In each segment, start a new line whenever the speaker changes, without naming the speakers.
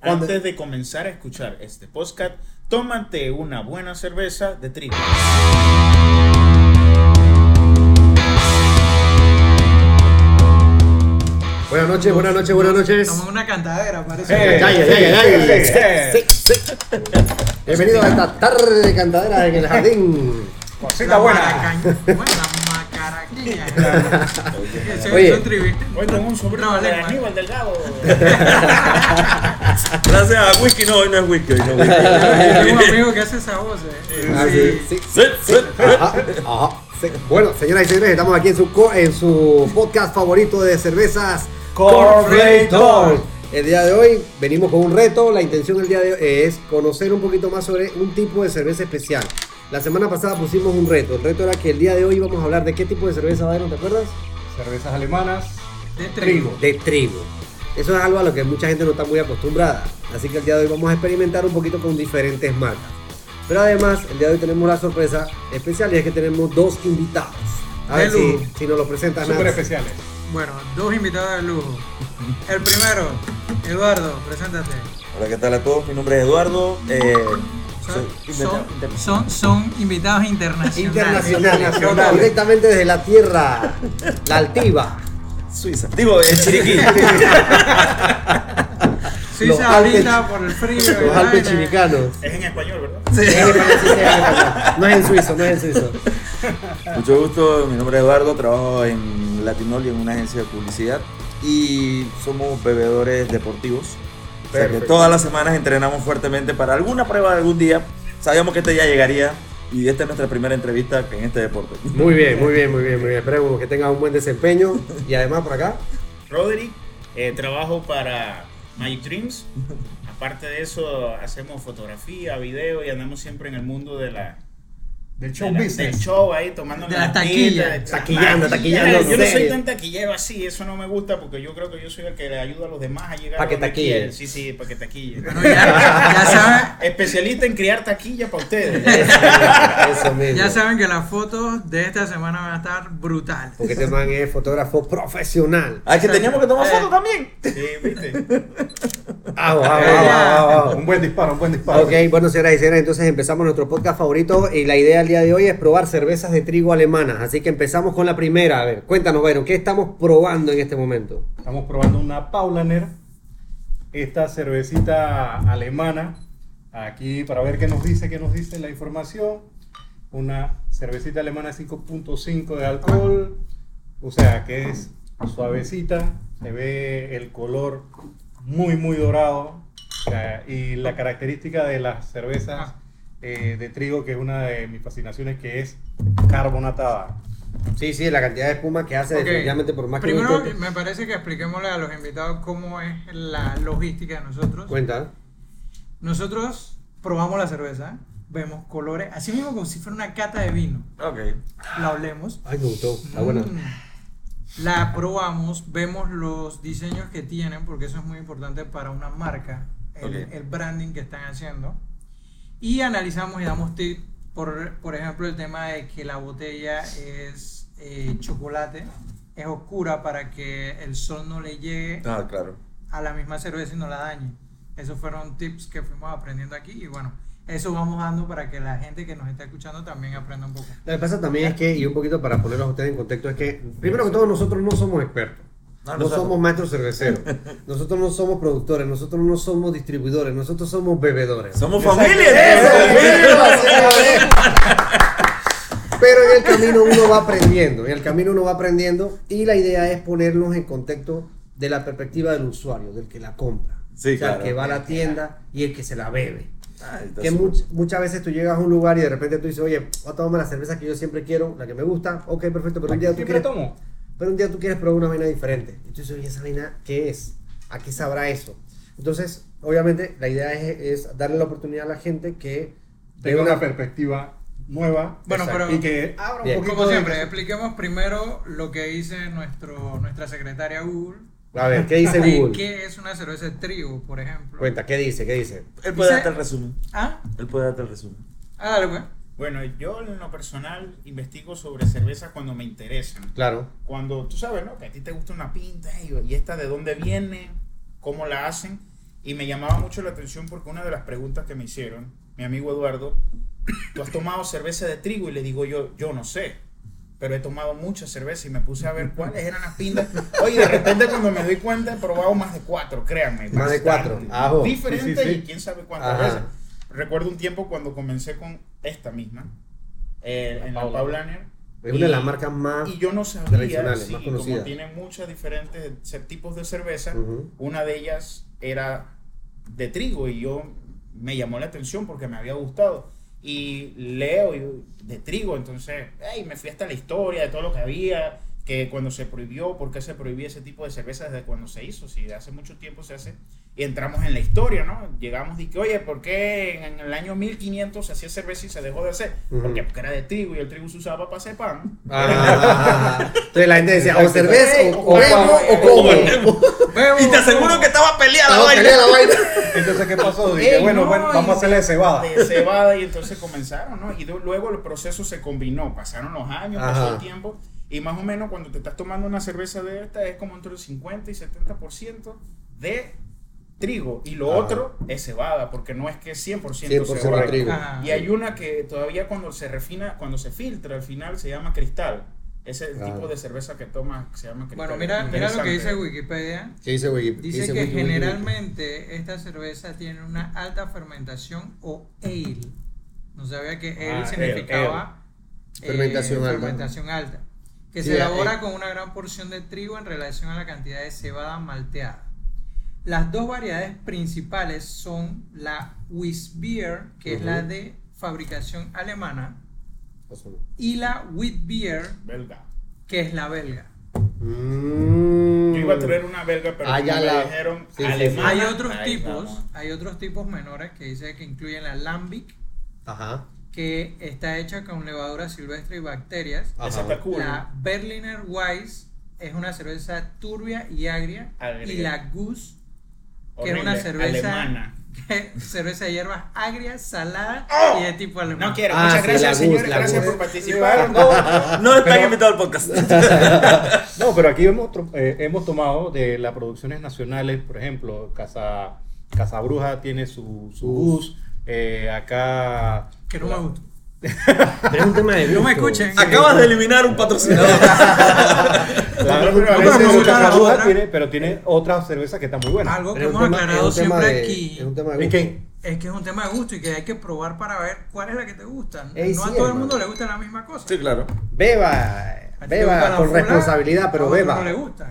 Cuando... Antes de comenzar a escuchar este podcast, tómate una buena cerveza de trigo.
Buenas noches, buenas noches, buenas noches.
Como una cantadera, parece.
Eh, ya, ya, ya, ya, Bienvenidos a esta tarde de cantadera en el jardín.
Cosita buena.
Oye.
Hoy con un sobrino
No,
de
lengua.
Aníbal Delgado.
Gracias a Whisky, no, hoy no es Whisky, hoy no es whisky.
Hay un amigo que hace esa voz, eh.
Ah, sí, sí.
Sí, sí.
Ajá, ajá. Sí. Bueno, señoras y señores, estamos aquí en su, co- en su podcast favorito de cervezas,
Corporate Talk.
El día de hoy venimos con un reto. La intención del día de hoy eh, es conocer un poquito más sobre un tipo de cerveza especial. La semana pasada pusimos un reto. El reto era que el día de hoy íbamos a hablar de qué tipo de cerveza va a haber, ¿no te acuerdas?
cervezas alemanas.
De trigo.
De trigo. Eso es algo a lo que mucha gente no está muy acostumbrada. Así que el día de hoy vamos a experimentar un poquito con diferentes marcas. Pero además, el día de hoy tenemos la sorpresa especial y es que tenemos dos invitados. A ver
Hello.
si, si nos lo presentas.
Súper
Nats.
especiales.
Bueno, dos invitados de lujo. El primero, Eduardo, preséntate.
Hola, ¿qué tal a todos? Mi nombre es Eduardo. Eh,
Son,
soy
son-
inventado.
son- son invitados internacionales.
Internacional,
Internacional.
directamente desde la tierra, la altiva,
Suiza. Digo, eh, el Chiriquí.
Los
Suiza
Alpes-
ahorita por el frío. y
los Alpes
vaina.
chiricanos.
Es en español, ¿verdad?
No es en suizo, no es en suizo.
Mucho gusto, mi nombre es Eduardo, trabajo en Latinol y en una agencia de publicidad y somos bebedores deportivos. O sea que
Perfecto.
todas las semanas entrenamos fuertemente para alguna prueba de algún día. Sabíamos que este ya llegaría y esta es nuestra primera entrevista en este deporte.
Muy bien, muy bien, muy bien, muy bien. Esperemos que tengas un buen desempeño y además por acá.
Roderick, eh, trabajo para Magic Dreams. Aparte de eso, hacemos fotografía, video y andamos siempre en el mundo de la,
Del show
de la- del
business.
show ahí tomando
De la taquilla.
Taquillando, taquillando,
Yo no soy
serio.
tan taquillero así, eso no me gusta porque yo creo que yo soy el que le ayuda a los demás a llegar
Pa' que
donde
taquille.
quieren. Sí, sí, para que taquille. Ah,
Bueno, ya, ya saben.
Especialista en criar taquilla para ustedes.
Eso mismo.
Ya saben que las fotos de esta semana van a estar brutales.
Porque este man es fotógrafo profesional.
Ah, que teníamos que tomar
Eh.
fotos también.
Sí, ¿viste?
Ajo, ajo,
Eh,
ajo, ajo, ajo.
Un buen disparo, un buen disparo.
Ok, bueno, señoras y señores, entonces empezamos nuestro podcast favorito y la idea del día de hoy es probar cervezas de trigo alemanas. Así que empezamos con la primera. A ver, cuéntanos, bueno, ¿qué estamos probando en este momento?
Estamos probando una Paulaner. Esta cervecita alemana. Aquí para ver qué nos dice, qué nos dice la información. Una cervecita alemana 5.5 de alcohol. O sea que es suavecita. Se ve el color muy, muy dorado. O sea, y la característica de las cervezas eh, de trigo, que es una de mis fascinaciones, que es carbonatada.
Sí, sí, la cantidad de espuma que hace
Ok.
definitivamente por más que lo
Primero,
intente.
me parece que expliquémosle a los invitados cómo es la logística de nosotros.
Cuenta.
Nosotros probamos la cerveza, vemos colores, así mismo como si fuera una cata de vino.
Ok.
La olemos.
Ay, me gustó. Está
Ah,
buena.
Mm. La probamos, vemos los diseños que tienen, porque eso es muy importante para una marca, el,
Ok.
el branding que están haciendo. Y analizamos y damos tips, por, por ejemplo, el tema de que la botella es eh, chocolate, es oscura para que el sol no le llegue
Ah, claro.
a la misma cerveza y no la dañe. Esos fueron tips que fuimos aprendiendo aquí y bueno, eso vamos dando para que la gente que nos está escuchando también aprenda un poco.
Lo que pasa también es que, y un poquito para ponerlos a ustedes en contexto, es que, primero que todo, nosotros no somos expertos.
No,
No,
nosotros.
somos maestros cerveceros. Nosotros no somos productores, nosotros no somos distribuidores, nosotros somos bebedores.
Somos
Exacto.
familia.
Pero en el camino uno va aprendiendo, en el camino uno va aprendiendo y la idea es ponernos en contexto de la perspectiva del usuario, del que la compra.
Sí,
o sea,
claro.
el que va a la tienda y el que se la bebe.
Ay, está
Que
súper.
much- muchas veces tú llegas a un lugar y de repente tú dices, oye, voy a tomarme la cerveza que yo siempre quiero, la que me gusta, ok, perfecto, pero un día tú
Siempre
quieres,
tomo.
pero un día tú quieres probar una vaina diferente. Y tú dices, oye, ¿esa vaina qué es? ¿A qué sabrá eso? Entonces, obviamente, la idea es, es darle la oportunidad a la gente que
tenga
vea
una perspectiva nueva
Bueno,
Exacto.
pero-
y que abra un
Bien.
poquito
Como
de-
siempre, expliquemos primero lo que dice nuestro, nuestra secretaria Google.
A ver, ¿qué dice
de
Google?
¿Qué es una cerveza de trigo, por ejemplo?
Cuenta, ¿qué dice? ¿Qué dice?
Él puede
Dice-
darte el resumen.
Ah,
Él puede darte el resumen.
ah, dale, pues.
Bueno, yo en lo personal investigo sobre cervezas cuando me interesan.
Claro.
cuando tú sabes, ¿no? Que a ti te gusta una pinta y, y esta de dónde viene, cómo la hacen. Y me llamaba mucho la atención porque una de las preguntas que me hicieron, mi amigo Eduardo, ¿tú has tomado cerveza de trigo? Y le digo yo, yo no sé. Pero he tomado mucha cerveza y me puse a ver cuáles eran las pintas. Oye, de repente cuando me doy cuenta he probado más de cuatro, créanme.
Más de cuatro,
bastante.
ajo.
Diferentes
Sí, sí, sí.
y quién sabe cuántas
Ajá.
veces. Recuerdo un tiempo cuando comencé con esta misma, eh,
La
en la
Paulaner.
Paulaner.
Es una de
Y-
las marcas más.
y yo no sabía
tradicionales,
si,
más
como
conocidas.
tienen muchas diferentes ce- tipos de cerveza,
Ujú.
una de ellas era de trigo y yo me llamó la atención porque me había gustado. Y leo y- de trigo, entonces ey, me fui hasta la historia de todo lo que había, que cuando se prohibió, por qué se prohibía ese tipo de cerveza desde cuando se hizo, si de hace mucho tiempo se hace. Y entramos en la historia, ¿no? Llegamos y que, oye, ¿por qué en, en el año 1500 se hacía cerveza y se dejó de hacer?
Ujú.
Porque, porque era de trigo y el trigo se usaba para hacer pan.
Ah, entonces la gente decía, o cerveza, o, o,
O
pan,
pan,
o como.
Bebo,
Y te aseguro que estaba peleada la
No,
vaina.
pelea la vaina.
Entonces, ¿qué pasó? Dije,
Ey,
bueno,
no,
bueno,
y
vamos a hacerle de cebada.
De cebada y entonces comenzaron, ¿no? Y de- luego el proceso se combinó, pasaron los años, pasó
Ajá.
el tiempo y más o menos cuando te estás tomando una cerveza de esta es como entre el 50 y 70% de trigo y lo
Ajá.
otro es cebada porque no es que es 100%,
100%
cebada.
de trigo.
Ajá.
Y hay una que todavía cuando se refina, cuando se filtra al final se llama cristal. Ese es el
Claro.
tipo de cerveza que tomas que se llama cristal.
Bueno, mira, mira lo que dice
Interesante.
Wikipedia.
¿Qué dice Wiki? ¿Qué
Dice
dice
que
Wiki, Wiki, Wiki?
generalmente esta cerveza tiene una alta fermentación o ale. No sabía que ale
Ah, ale,
significaba eh,
Fermentación alta.
fermentación alta. Que
Sí,
se elabora
ale.
con una gran porción de trigo en relación a la cantidad de cebada malteada. Las dos variedades principales son la Weissbier, que es
Ujú.
la de fabricación alemana,
Pasó.
y la Wheatbier,
Belga.
que es la belga.
Mm.
Yo iba a traer una belga, pero
Ah,
como
ya
me
la-
dijeron
sí, sí, sí.
alemana.
Hay otros
ahí
tipos,
vamos.
hay otros tipos menores que dice que incluyen la lambic,
Ajá.
que está hecha con levadura silvestre y bacterias.
Ajá.
Esa está Ah, cool.
La Berliner Weiss es una cerveza turbia y agria.
Agria.
Y la Goose, que es
Horrible,
una cerveza
alemana.
cerveza de hierbas agria, salada y de tipo alemán.
¡Oh! No quiero.
Ah,
Muchas
sí,
gracias,
la
señores.
Gus, la
gracias
Gus.
por participar.
No están invitados al podcast.
No, pero aquí hemos, tro- eh, hemos tomado de las producciones nacionales, por ejemplo, Casa, Casa Bruja tiene su, su bus, eh, acá...
Que no me gusta.
Pero es un tema de.
No me
gusto.
escuchen.
Acabas de eliminar un patrocinador.
La-
pero
a
me
veces
gusta
Casa
la
Bruja
otra.
tiene- pero tiene otras cervezas que están muy buenas.
Algo que
Pero es un
hemos
tema- es
aclarado
un tema
siempre
de-
aquí.
Es un tema de
¿Y
gusto.
qué?
Es que es un tema de gusto y que hay que probar para ver cuál es la que te gusta.
Ey, sí,
no a todo el
hermano.
mundo le gusta la misma cosa.
Sí, claro.
Beba.
A ti te gusta
Beba
la
con
fulana,
responsabilidad,
a
pero
otro
beba.
No le gusta.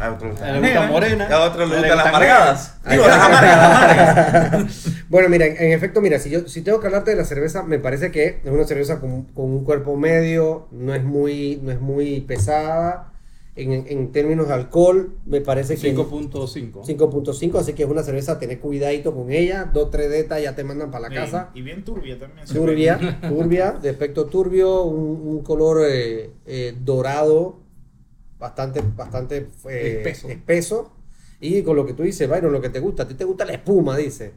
A
Ah,
otro
A la Negra. Morena.
A otro le
A la
gustan las
Negra.
amargadas.
Ahí
Digo,
está.
las amargas, las amargas.
Bueno, mira, en en efecto, mira, si yo si tengo que hablarte de la cerveza, me parece que es una cerveza con, con un cuerpo medio, no es muy, no es muy pesada. En, en términos de alcohol, me parece que
5.5.
5.5, así que es una cerveza, tener cuidadito con ella, dos, tres detas ya te mandan para la casa.
Y bien turbia también. se ve.
Turbia, turbia, de aspecto turbio, un, un color eh, eh, dorado, bastante, bastante eh,
Espeso.
espeso. Y con lo que tú dices, Byron, lo que te gusta, a ti te gusta la espuma, dice.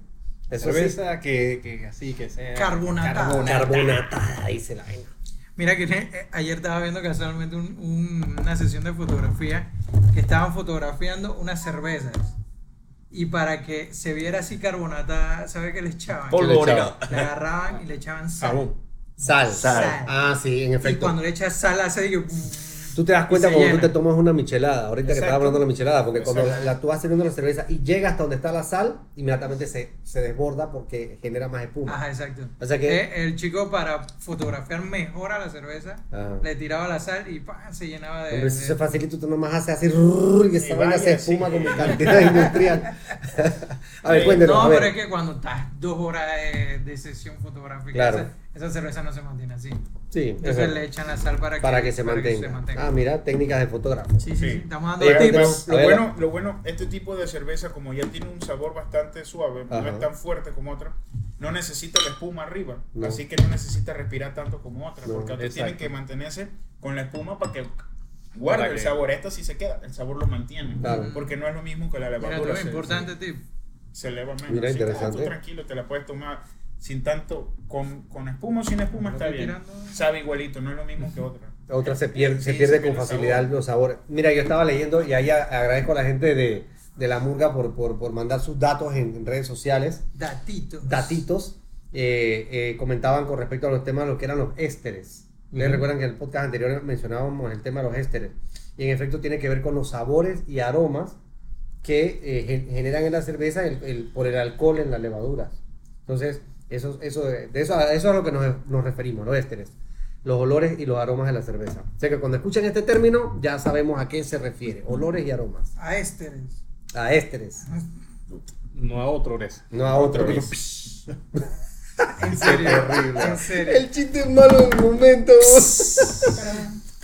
Eso sí,
cerveza que, que así, que sea...
Carbonatada.
carbonatada, dice la vaina.
Mira que eh, ayer estaba viendo casualmente un- un- una sesión de fotografía que estaban fotografiando unas cervezas. Y para que se viera así carbonatada, ¿sabes qué le echaban?
Polvo
le
obligado.
Le agarraban y le echaban sal.
Carbón.
Sal.
Sal.
Ah, sí, en
Y
efecto.
cuando le echas sal hace de que...
Tú te das cuenta
Y se
cuando tú
llena.
te tomas una michelada, ahorita que
Exacto.
estaba hablando de la michelada, porque cuando la,
Exacto.
la- tú vas sirviendo la cerveza y llegas hasta donde está la sal, inmediatamente se, se desborda porque genera más espuma.
Ajá, exacto.
O sea que-
Eh, el chico para fotografiar mejor a la cerveza,
Ajá.
le tiraba la sal y ¡pam! se llenaba de...
Ah. Hombre, si
de-
se facilita, tú nomás haces así rrrr, y esa
Y
vaina
vaya,
se espuma
sí.
como cantidad industrial. a ver,
Sí,
cuéntenos,
no,
a
pero es
ver.
que cuando estás dos horas de, de sesión fotográfica,
Claro.
esa, esa cerveza no se mantiene así.
Sí, es
Entonces
verdad.
le echan la sal para que,
para que se
para
mantenga. Ah, mira, técnicas de fotógrafo.
sí, sí, sí,
Sí.
Estamos dando
Pero-
Oye,
pero
tips.
tips. A
Lo
ver.
bueno, lo bueno, este tipo de cerveza, como ya tiene un sabor bastante suave, no
Ajá.
es tan fuerte como otra, no necesita la espuma arriba.
No.
Así que no necesita respirar tanto como otra,
No,
porque otras tienen
exacto.
que mantenerse con la espuma para que guarde
Para
el
que-
sabor. Esta sí se queda, el sabor lo mantiene.
Claro.
Porque no es lo mismo que la
Mira,
levadura.
tú,
se-
importante tip.
se eleva menos.
Mira,
Así que
interesante.
Tú tranquilo, te la puedes tomar sin tanto, con, con espuma o sin espuma
No
está
estoy
bien.
tirando.
Sabe igualito, no es lo mismo que otra.
Otra se pierde, se
Sí,
pierde
se
con
pierde
facilidad
sabor.
los sabores. Mira, yo estaba leyendo y ahí a- agradezco a la gente de, de la murga por, por, por mandar sus datos en, en redes sociales,
Datitos.
datitos, eh, eh, comentaban con respecto a los temas de lo que eran los ésteres. Ustedes
Ujú.
recuerdan que en el podcast anterior mencionábamos el tema de los ésteres. Y en efecto tiene que ver con los sabores y aromas que eh, gen- generan en la cerveza el- el- por el alcohol en las levaduras. Entonces, eso, eso, de eso, a eso es a lo que nos, nos referimos, los ésteres. Los olores y los aromas de la cerveza. O sea que cuando escuchan este término, ya sabemos a qué se refiere. Olores y aromas.
A este ésteres.
A ésteres,
No a otro eres.
no a otros.
En serio. en serio.
El chiste malo del momento.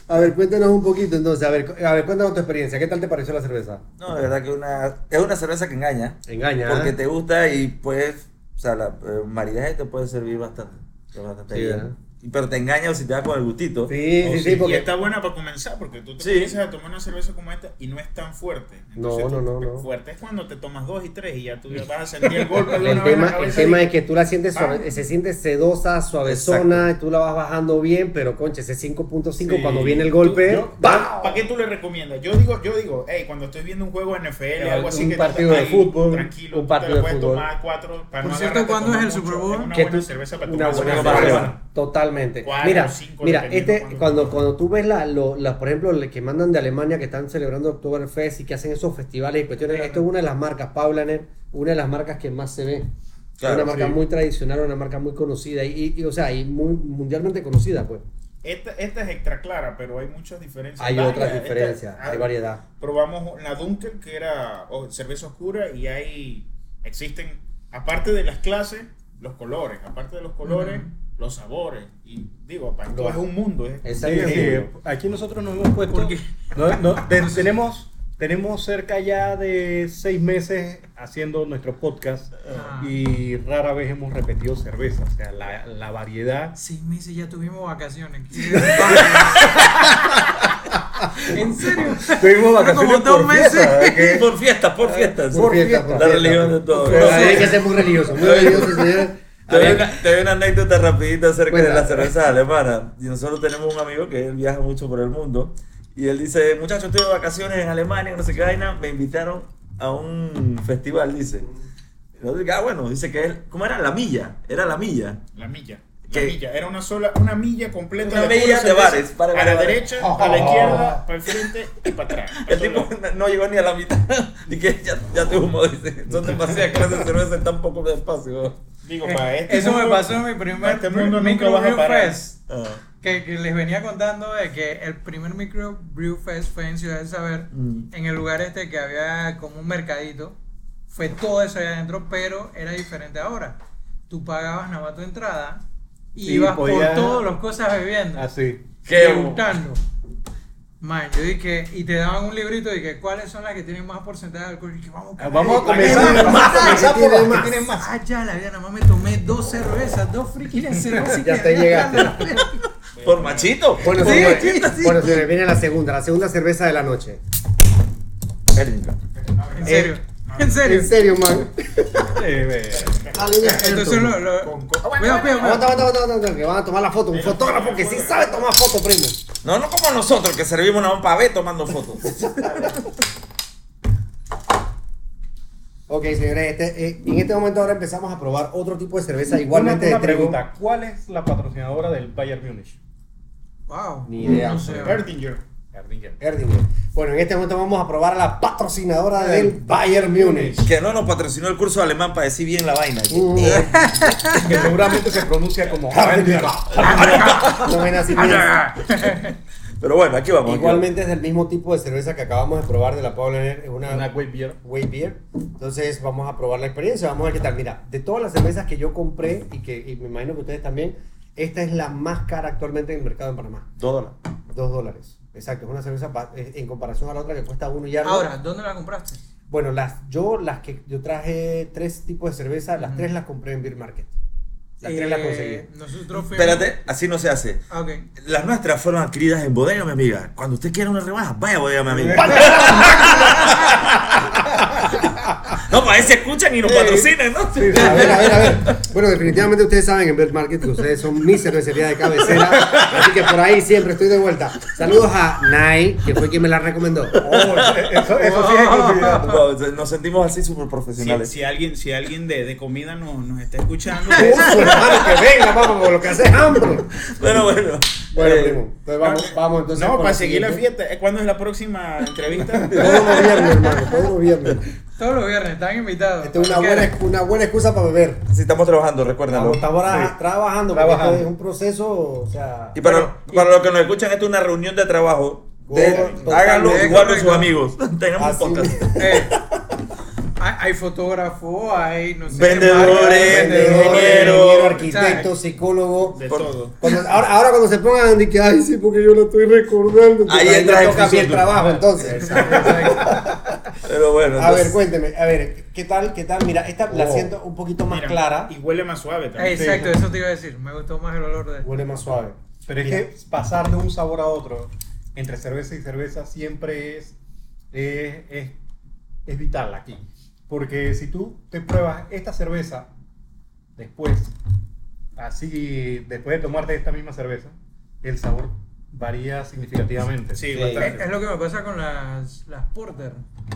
A ver, cuéntanos un poquito entonces. A ver, cu- a ver, cuéntanos tu experiencia. ¿Qué tal te pareció la cerveza?
No, de verdad que una, es una cerveza que engaña.
Engaña.
Porque
¿eh?
te gusta y pues, o sea, la, el maridaje te puede servir bastante. bastante
Sí,
bien.
¿eh?
Y- Pero te engaña o si te da con el gustito.
Sí,
O
sí,
si-
sí,
Oh, Y
porque
está buena para comenzar, porque tú te
Sí.
comienzas a tomar una cerveza como esta y no es tan fuerte. Entonces,
No,
tú-
no, no, no.
Fuerte es cuando te tomas dos y tres y ya tú ya vas a sentir el golpe de una vez
el
en la
tema, el
cabeza
tema
y-
es que tú la sientes suave,
Ah.
se siente sedosa, suavezona, tú la vas bajando bien, pero conche, ese 5.5 cuando viene el golpe, ¡pam!
¿Para qué tú le recomiendas? Yo digo, yo digo, hey, cuando estoy viendo un juego NFL,
Claro,
algo así
un
que
partido
tú
de
estás
fútbol,
tranquilo,
un
tú
partido
te
de
puedes
fútbol.
tomar cuatro para
Por
no
cierto,
agarrarte
¿cuándo es el
mucho.
Super Bowl?
Es una
Que
buena
tú-
cerveza para
una
tomar
buena
sobre la
cerveza.
marcha.
Totalmente.
Cuatro,
mira,
cinco,
mira,
dependiendo
este,
cuándo-
cuando, cuando tú ves la, lo- las, por ejemplo, el que mandan de Alemania que están celebrando Oktoberfest y que hacen esos festivales y cuestiones, esto es una de las marcas, Paulaner, una de las marcas que más se ve.
Claro,
una marca
sí.
muy tradicional, una marca muy conocida y, y- y, o sea, y muy mundialmente conocida, pues.
Esta, esta es extra clara, pero hay muchas diferencias.
Hay
Varias.
otras
Esta-
diferencias,
ah,
hay variedad.
Probamos la Dunkel, que era oh, cerveza oscura, y hay. Existen, aparte de las clases, los colores. Aparte de los colores, los sabores. Y digo, para todo es un mundo. Es,
Es
Sí,
increíble.
sí, aquí nosotros nos hemos puesto.
¿Por qué?
No, no, te- tenemos, tenemos cerca ya de seis meses haciendo nuestro podcast
Ajá.
y rara vez hemos repetido cerveza. O sea, la, la variedad.
Seis meses ya tuvimos vacaciones. en serio.
Tuvimos
como
vacaciones
dos
por
meses.
fiesta, ¿eh? Que-
Por fiestas, por fiestas.
Por fiesta,
La
por fiesta.
religión de todo.
Pero Hay que ser muy religioso, muy religioso, señor.
Te doy, una, te doy una anécdota rapidita acerca de
Cuéntala.
las cervezas alemanas. Y nosotros tenemos un amigo que él viaja mucho por el mundo. Y él dice, muchachos, estoy de vacaciones en Alemania, no sé qué vaina. Me invitaron a un festival, dice. Y nosotros, ah, bueno, dice que él, ¿cómo era? La milla, era la milla.
La milla. La
¿Qué?
milla. Era una sola, una milla completa.
Una
pura
milla de
cerveza.
bares, para
a la
bares.
derecha, a la izquierda, para el frente y para atrás. para
El
todos
tipo
lados.
no- no llegó ni a la mitad. Y que ya, ya te humo, dice. Son demasiadas clases de cerveza en tan poco espacio.
Digo, para
Eh,
este
Eso me
mundo-
pasó en mi
para
primer
este mundo nunca
microbrew
vas a parar.
fest.
Ah,
que, que les venía contando de que el primer microbrew fest fue en Ciudad del Saber,
Mm.
en el lugar este que había como un mercadito. Fue todo eso allá adentro, pero era diferente ahora. Tú pagabas nada más tu entrada y
Sí,
ibas por
podías-
todas las cosas bebiendo,
Así.
degustando. Man, yo dije, y te daban un librito y que cuáles son las que tienen más porcentaje de alcohol. Y que vamos,
Ah, Vamos a
carajo,
comenzar.
¿qué
Vamos a
pasa?
comenzar por las que tienen más.
Ah, ya, la vida, nada más me tomé dos cervezas, dos frikines cervezas.
Ya te llegaste.
Por machito.
Bueno,
Sí,
señores,
sí, sí.
bueno, señores, viene la segunda, la segunda cerveza de la noche.
En serio, en serio.
eh, En serio, man.
Eh, eh,
Dale, ya, esto.
Entonces lo, lo-
Con- con-
Cuidado, cuidado,
Aguanta,
cuidado.
aguanta, aguanta, aguanta, que van a tomar la foto. Un fotógrafo que sí sabe tomar foto, primo.
No, no como nosotros que servimos una para ver tomando fotos.
Ok, señores, este, eh, en este momento ahora empezamos a probar otro tipo de cerveza igualmente
Igualmente una
de trigo.
pregunta. ¿Cuál es la patrocinadora del Bayern Múnich?
Wow.
Ni idea.
No sé.
Erdinger.
Erdinger.
Erdinger. Bueno, en este momento vamos a probar a la patrocinadora del Bayern Múnich.
que no nos patrocinó el curso de alemán para decir bien la vaina.
Mm.
Que seguramente se pronuncia como
Erdinger.
Erdinger.
No ven así, mira.
Pero bueno, aquí vamos. aquí
Igualmente es del mismo tipo de cerveza que acabamos de probar de la Paulaner. Es una,
Una Weight Beer.
Way Beer. Entonces vamos a probar la experiencia, vamos a ver qué tal. Mira, de todas las cervezas que yo compré y que y me imagino que ustedes también, esta es la más cara actualmente en el mercado en Panamá.
vamos. Dos dólares.
Dos dólares. Exacto, es una cerveza ba- eh, en comparación a la otra que cuesta uno y algo.
Ahora, ¿dónde la compraste?
Bueno, las, yo las que yo traje tres tipos de cerveza, las tres las compré en Beer Market. Las tres las
Eh,
conseguí.
Nosotros fuimos.
Espérate, así no se hace.
Ah, ok.
Las nuestras fueron adquiridas en bodega, mi amiga. Cuando usted quiera una rebaja, vaya a bodega, mi amiga. no, para ver si escuchan y nos patrocinan, ¿no?
Sí,
A ver, a
sí.
ver, a ver. Bueno, definitivamente ustedes saben en Bird Market que ustedes son mi cervecería de cabecera. Así que por ahí siempre estoy de vuelta. Saludos a Nai, que fue quien me la recomendó.
Oh, eso, eso sí es exclusividad.
Wow, Nos sentimos así súper
Si,
profesionales.
si alguien, si alguien de, de comida nos, nos está escuchando, pues,
Uf, hermano, que venga, vamos, con lo que hace es hambre.
Bueno, bueno.
Bueno,
Eh,
primo, entonces vamos, vamos entonces.
no,
con
para
lo
seguir la
siguiente.
fiesta. ¿Eh, ¿Cuándo es la próxima entrevista?
Todo los viernes, hermano, todos los viernes.
Todos los viernes están invitados.
Esta es una
Cualquiera.
buena, ex- una buena excusa para beber.
Si estamos trabajando, recuérdalo.
Estamos traba- trabajando, porque
Trabajando.
esto es un proceso, o sea.
Y para, para los que nos escuchan, esto es una reunión de trabajo. De-
Correcto.
háganlo
Correcto.
igual con sus amigos. Tengamos un
así-
podcast.
Eh, hay, hay fotógrafos, hay no sé,
Vendedores,
marketing,
Vendedor,
ingeniero,
ingeniero, arquitecto, psicólogo.
De
Por-
todo.
Cuando- ahora, ahora cuando se pongan de que, ay, sí, porque yo lo estoy recordando.
Ahí
porque
entra
me
en
toca a mí el
función.
trabajo, entonces.
Pero bueno.
A ver,
entonces-
cuénteme, a ver, ¿qué tal? ¿Qué tal? Mira, esta la
Oh.
siento un poquito más
Mira,
clara.
Y huele más suave también.
Exacto, eso te iba a decir. Me gustó más el olor de.
Huele más suave.
Pero es que pasar de un sabor a otro entre cerveza y cerveza siempre es, es, es- es vital aquí. Porque si tú te pruebas esta cerveza después, así después de tomarte esta misma cerveza, el sabor varía significativamente.
Sí,
Sí.
Es,
bastante.
es lo que me pasa con las, las porter.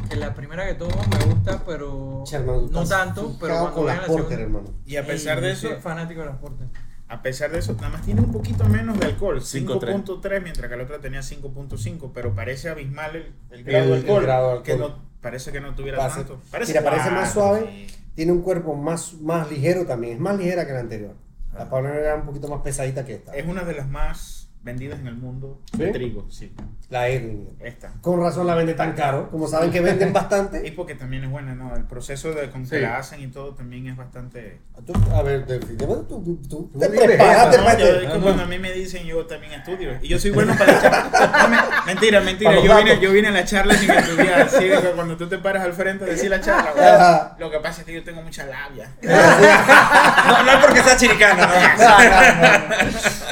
Que la primera que tomo me gusta, pero
Che, hermano, tú
no
estás
tanto. Pero
picado
cuando
con
voy
las
a la
porter,
segunda-
hermano.
Y a pesar
Ey,
de
soy
eso,
fanático de las porter.
a pesar de eso, nada más tiene un poquito menos de alcohol,
5.3.
5.3, mientras que la otra tenía 5.5, pero parece abismal el, el
El-
grado de
el
alcohol.
grado de
que
alcohol.
no, parece que no tuviera
Parece-
tanto. Parece,
mira, parece
claro,
más suave.
sí.
Tiene un cuerpo más, más ligero también. Es más ligera que la anterior. La Paulina era un poquito más pesadita que esta.
Es una de las más vendidas en el mundo de
¿Sí?
trigo, sí.
La Erling.
Esta.
Con razón la vende tan caro. Como saben que venden
Y
bastante.
porque también es buena, ¿no? El proceso de cómo que
Sí.
la hacen y todo también es bastante...
Tú- a ver, definitivamente tú, tú, tú te
vives
preparaste
esa,
No,
para
yo,
este-
es que cuando a mí me dicen, yo también estudio. Y yo soy bueno para la charla. No, me- mentira,
Para
mentira.
los
Yo vine,
datos.
yo vine a la charla sin estudiar. Así que cuando tú te paras al frente a decir la charla,
Ajá. Ah,
güey, lo que pasa es que yo tengo mucha labia.
No, no es porque sea chiricano, no.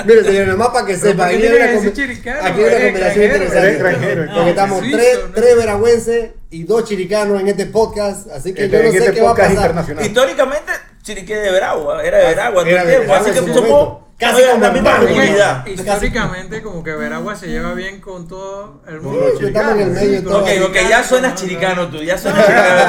Mire, señor, nomás para que sepa.
¿por qué
Aquí hay
tiene
una,
que
com-
decir chiricano?
aquí hay una
Eres
combinación
extranjero,
interesante.
eres extranjero,
Porque
no,
estamos
suizo,
tres,
¿no?
tres veragüenses y dos chiricanos en este podcast. Así que
Este-
yo no
en
sé
este
qué va a
podcast
pasar.
internacional.
Históricamente, Chiriquí es de Veragua, era de
Era
Veragua, todo
de
el tiempo,
Veragua
así
en
que
su
somos
momento. Casi
casi
como
la misma
hermanos.
comunidad.
Históricamente, como que Veragua se lleva bien con todo el
Sí,
mundo.
yo estaba en el medio de
Sí,
todo.
Ok, ok, ya suenas chiricano tú, ya suenas chiricano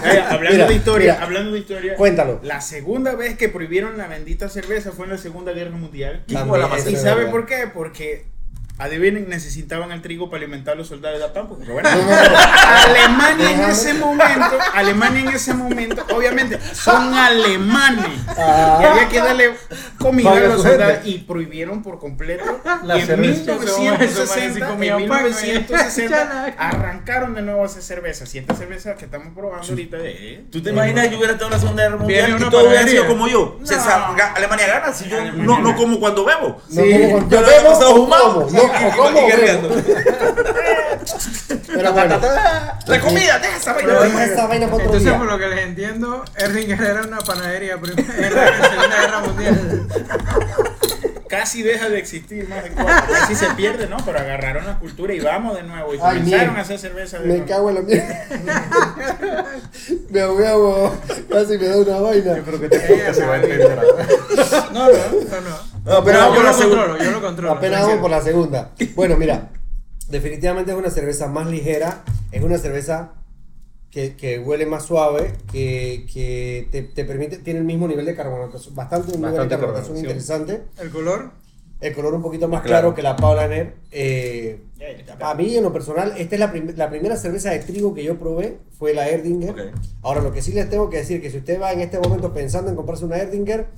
tú.
Eh, hablando
Mira,
de historia,
mira. Pues-
hablando de historia.
Cuéntalo.
La segunda vez que prohibieron la bendita cerveza fue en la Segunda Guerra Mundial.
También,
Hijo de la
eso
maceta.
Eh, ¿Y
es
sabe
verdad.
por qué? Porque, adivinen, necesitaban el trigo para alimentar a los soldados de la Pampa. Pero bueno,
No, no, no.
Alemania en
Déjame.
ese momento, Alemania en ese momento, obviamente, son alemanes.
Ah.
Y había que darle comida a
Para
los
su gente.
soldados y prohibieron por completo.
La
y en
cerveza.
1960,
Eso,
en
eso, eso, man, sí, comían pan,
1960
güey.
arrancaron de nuevo a hacer cerveza. Siete cervezas que estamos probando ahorita. eh.
¿Tú te imaginas que yo hubiera estado en la Segunda Guerra Mundial
Viene
y
una
todo hubiera
panadería.
sido como yo? Se
No.
sa- ga- Alemania gana si yo
Alemania
no, no
gana.
como cuando bebo.
No
Sí,
como con-
yo
yo
lo he
bebo
pasado
o
fumado.
como, no, o
Y-
como
y- y-
bebo.
guerreando.
Pero bueno,
La comida, deja esa
pero
vaina.
deja esa vaina para otro
Entonces,
día.
por lo que les entiendo, Erdinger era una panadería primero en la Segunda Guerra Mundial.
Casi deja de existir más de cuatro. Casi se pierde, ¿no? Pero agarraron la cultura y vamos de nuevo. Y
Ay,
comenzaron
mierda.
a hacer cerveza de
Me
nuevo.
cago en la mierda. me ahogué, huevón. casi me da una vaina.
Yo creo que
Eh,
este podcast se va a entender.
No, no, no. no.
No,
Yo-
pero
yo
vamos por la
lo
segunda.
controlo, yo lo controlo.
Apenas vamos por la segunda. Bueno, mira, definitivamente es una cerveza más ligera, es una cerveza que, que huele más suave, que, que te, te permite, tiene el mismo nivel de carbonatación, bastante, un nivel de
Bastante
carbonatación
carbonatación.
interesante,
¿El color?
el color un poquito más claro,
Claro.
que la Paulaner. Eh,
Ya, ya, ya.
a mí, en lo personal, esta es la, prim- la primera cerveza de trigo que yo probé, fue la Erdinger.
Ok.
Ahora, lo que sí les tengo que decir, que si usted va en este momento pensando en comprarse una Erdinger,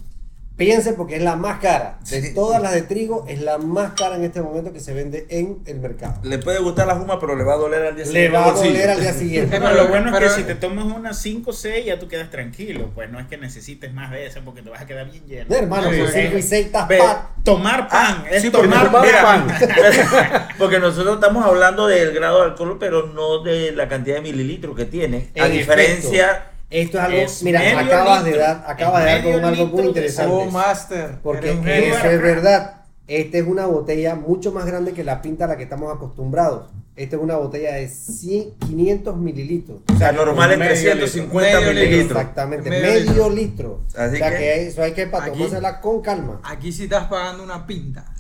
piense porque es la más cara. De
Sí.
todas las de trigo, es la más cara en este momento que se vende en el mercado.
Le puede gustar la juma, pero le va a doler al día
Le
siguiente.
va a
al bolsillo.
doler al día siguiente.
Eh,
Pero lo bueno
Pero-
es que si te tomas unas 5 o 6 ya tú quedas tranquilo, pues no es que necesites más de esas porque te vas a quedar bien lleno.
No, hermano,
Sí,
con
sí.
5 y 6 estás
Ve,
pat.
tomar pan, es
Ah, sí, porque
tomar
tomar
pan.
pan. Porque nosotros estamos hablando del grado de alcohol, pero no de la cantidad de mililitros que tiene. A
En
diferencia,
Esto es algo,
Es medio
mira, acabas de
litro.
dar, acabas de dar con
Medio
algo muy
litro de
interesante.
Oh, Master.
Porque
Era un genio.
eso es verdad. Esta es una botella mucho más grande que la pinta a la que estamos acostumbrados. Esta es una botella de 100, 500 mililitros.
O sea, normal es
Medio
350
litro. Medio
mililitros.
Exactamente,
Medio
medio,
litro.
litro.
Así
o sea
que-
que, eso hay que para
Aquí-
tomársela con calma.
Aquí sí estás pagando una pinta.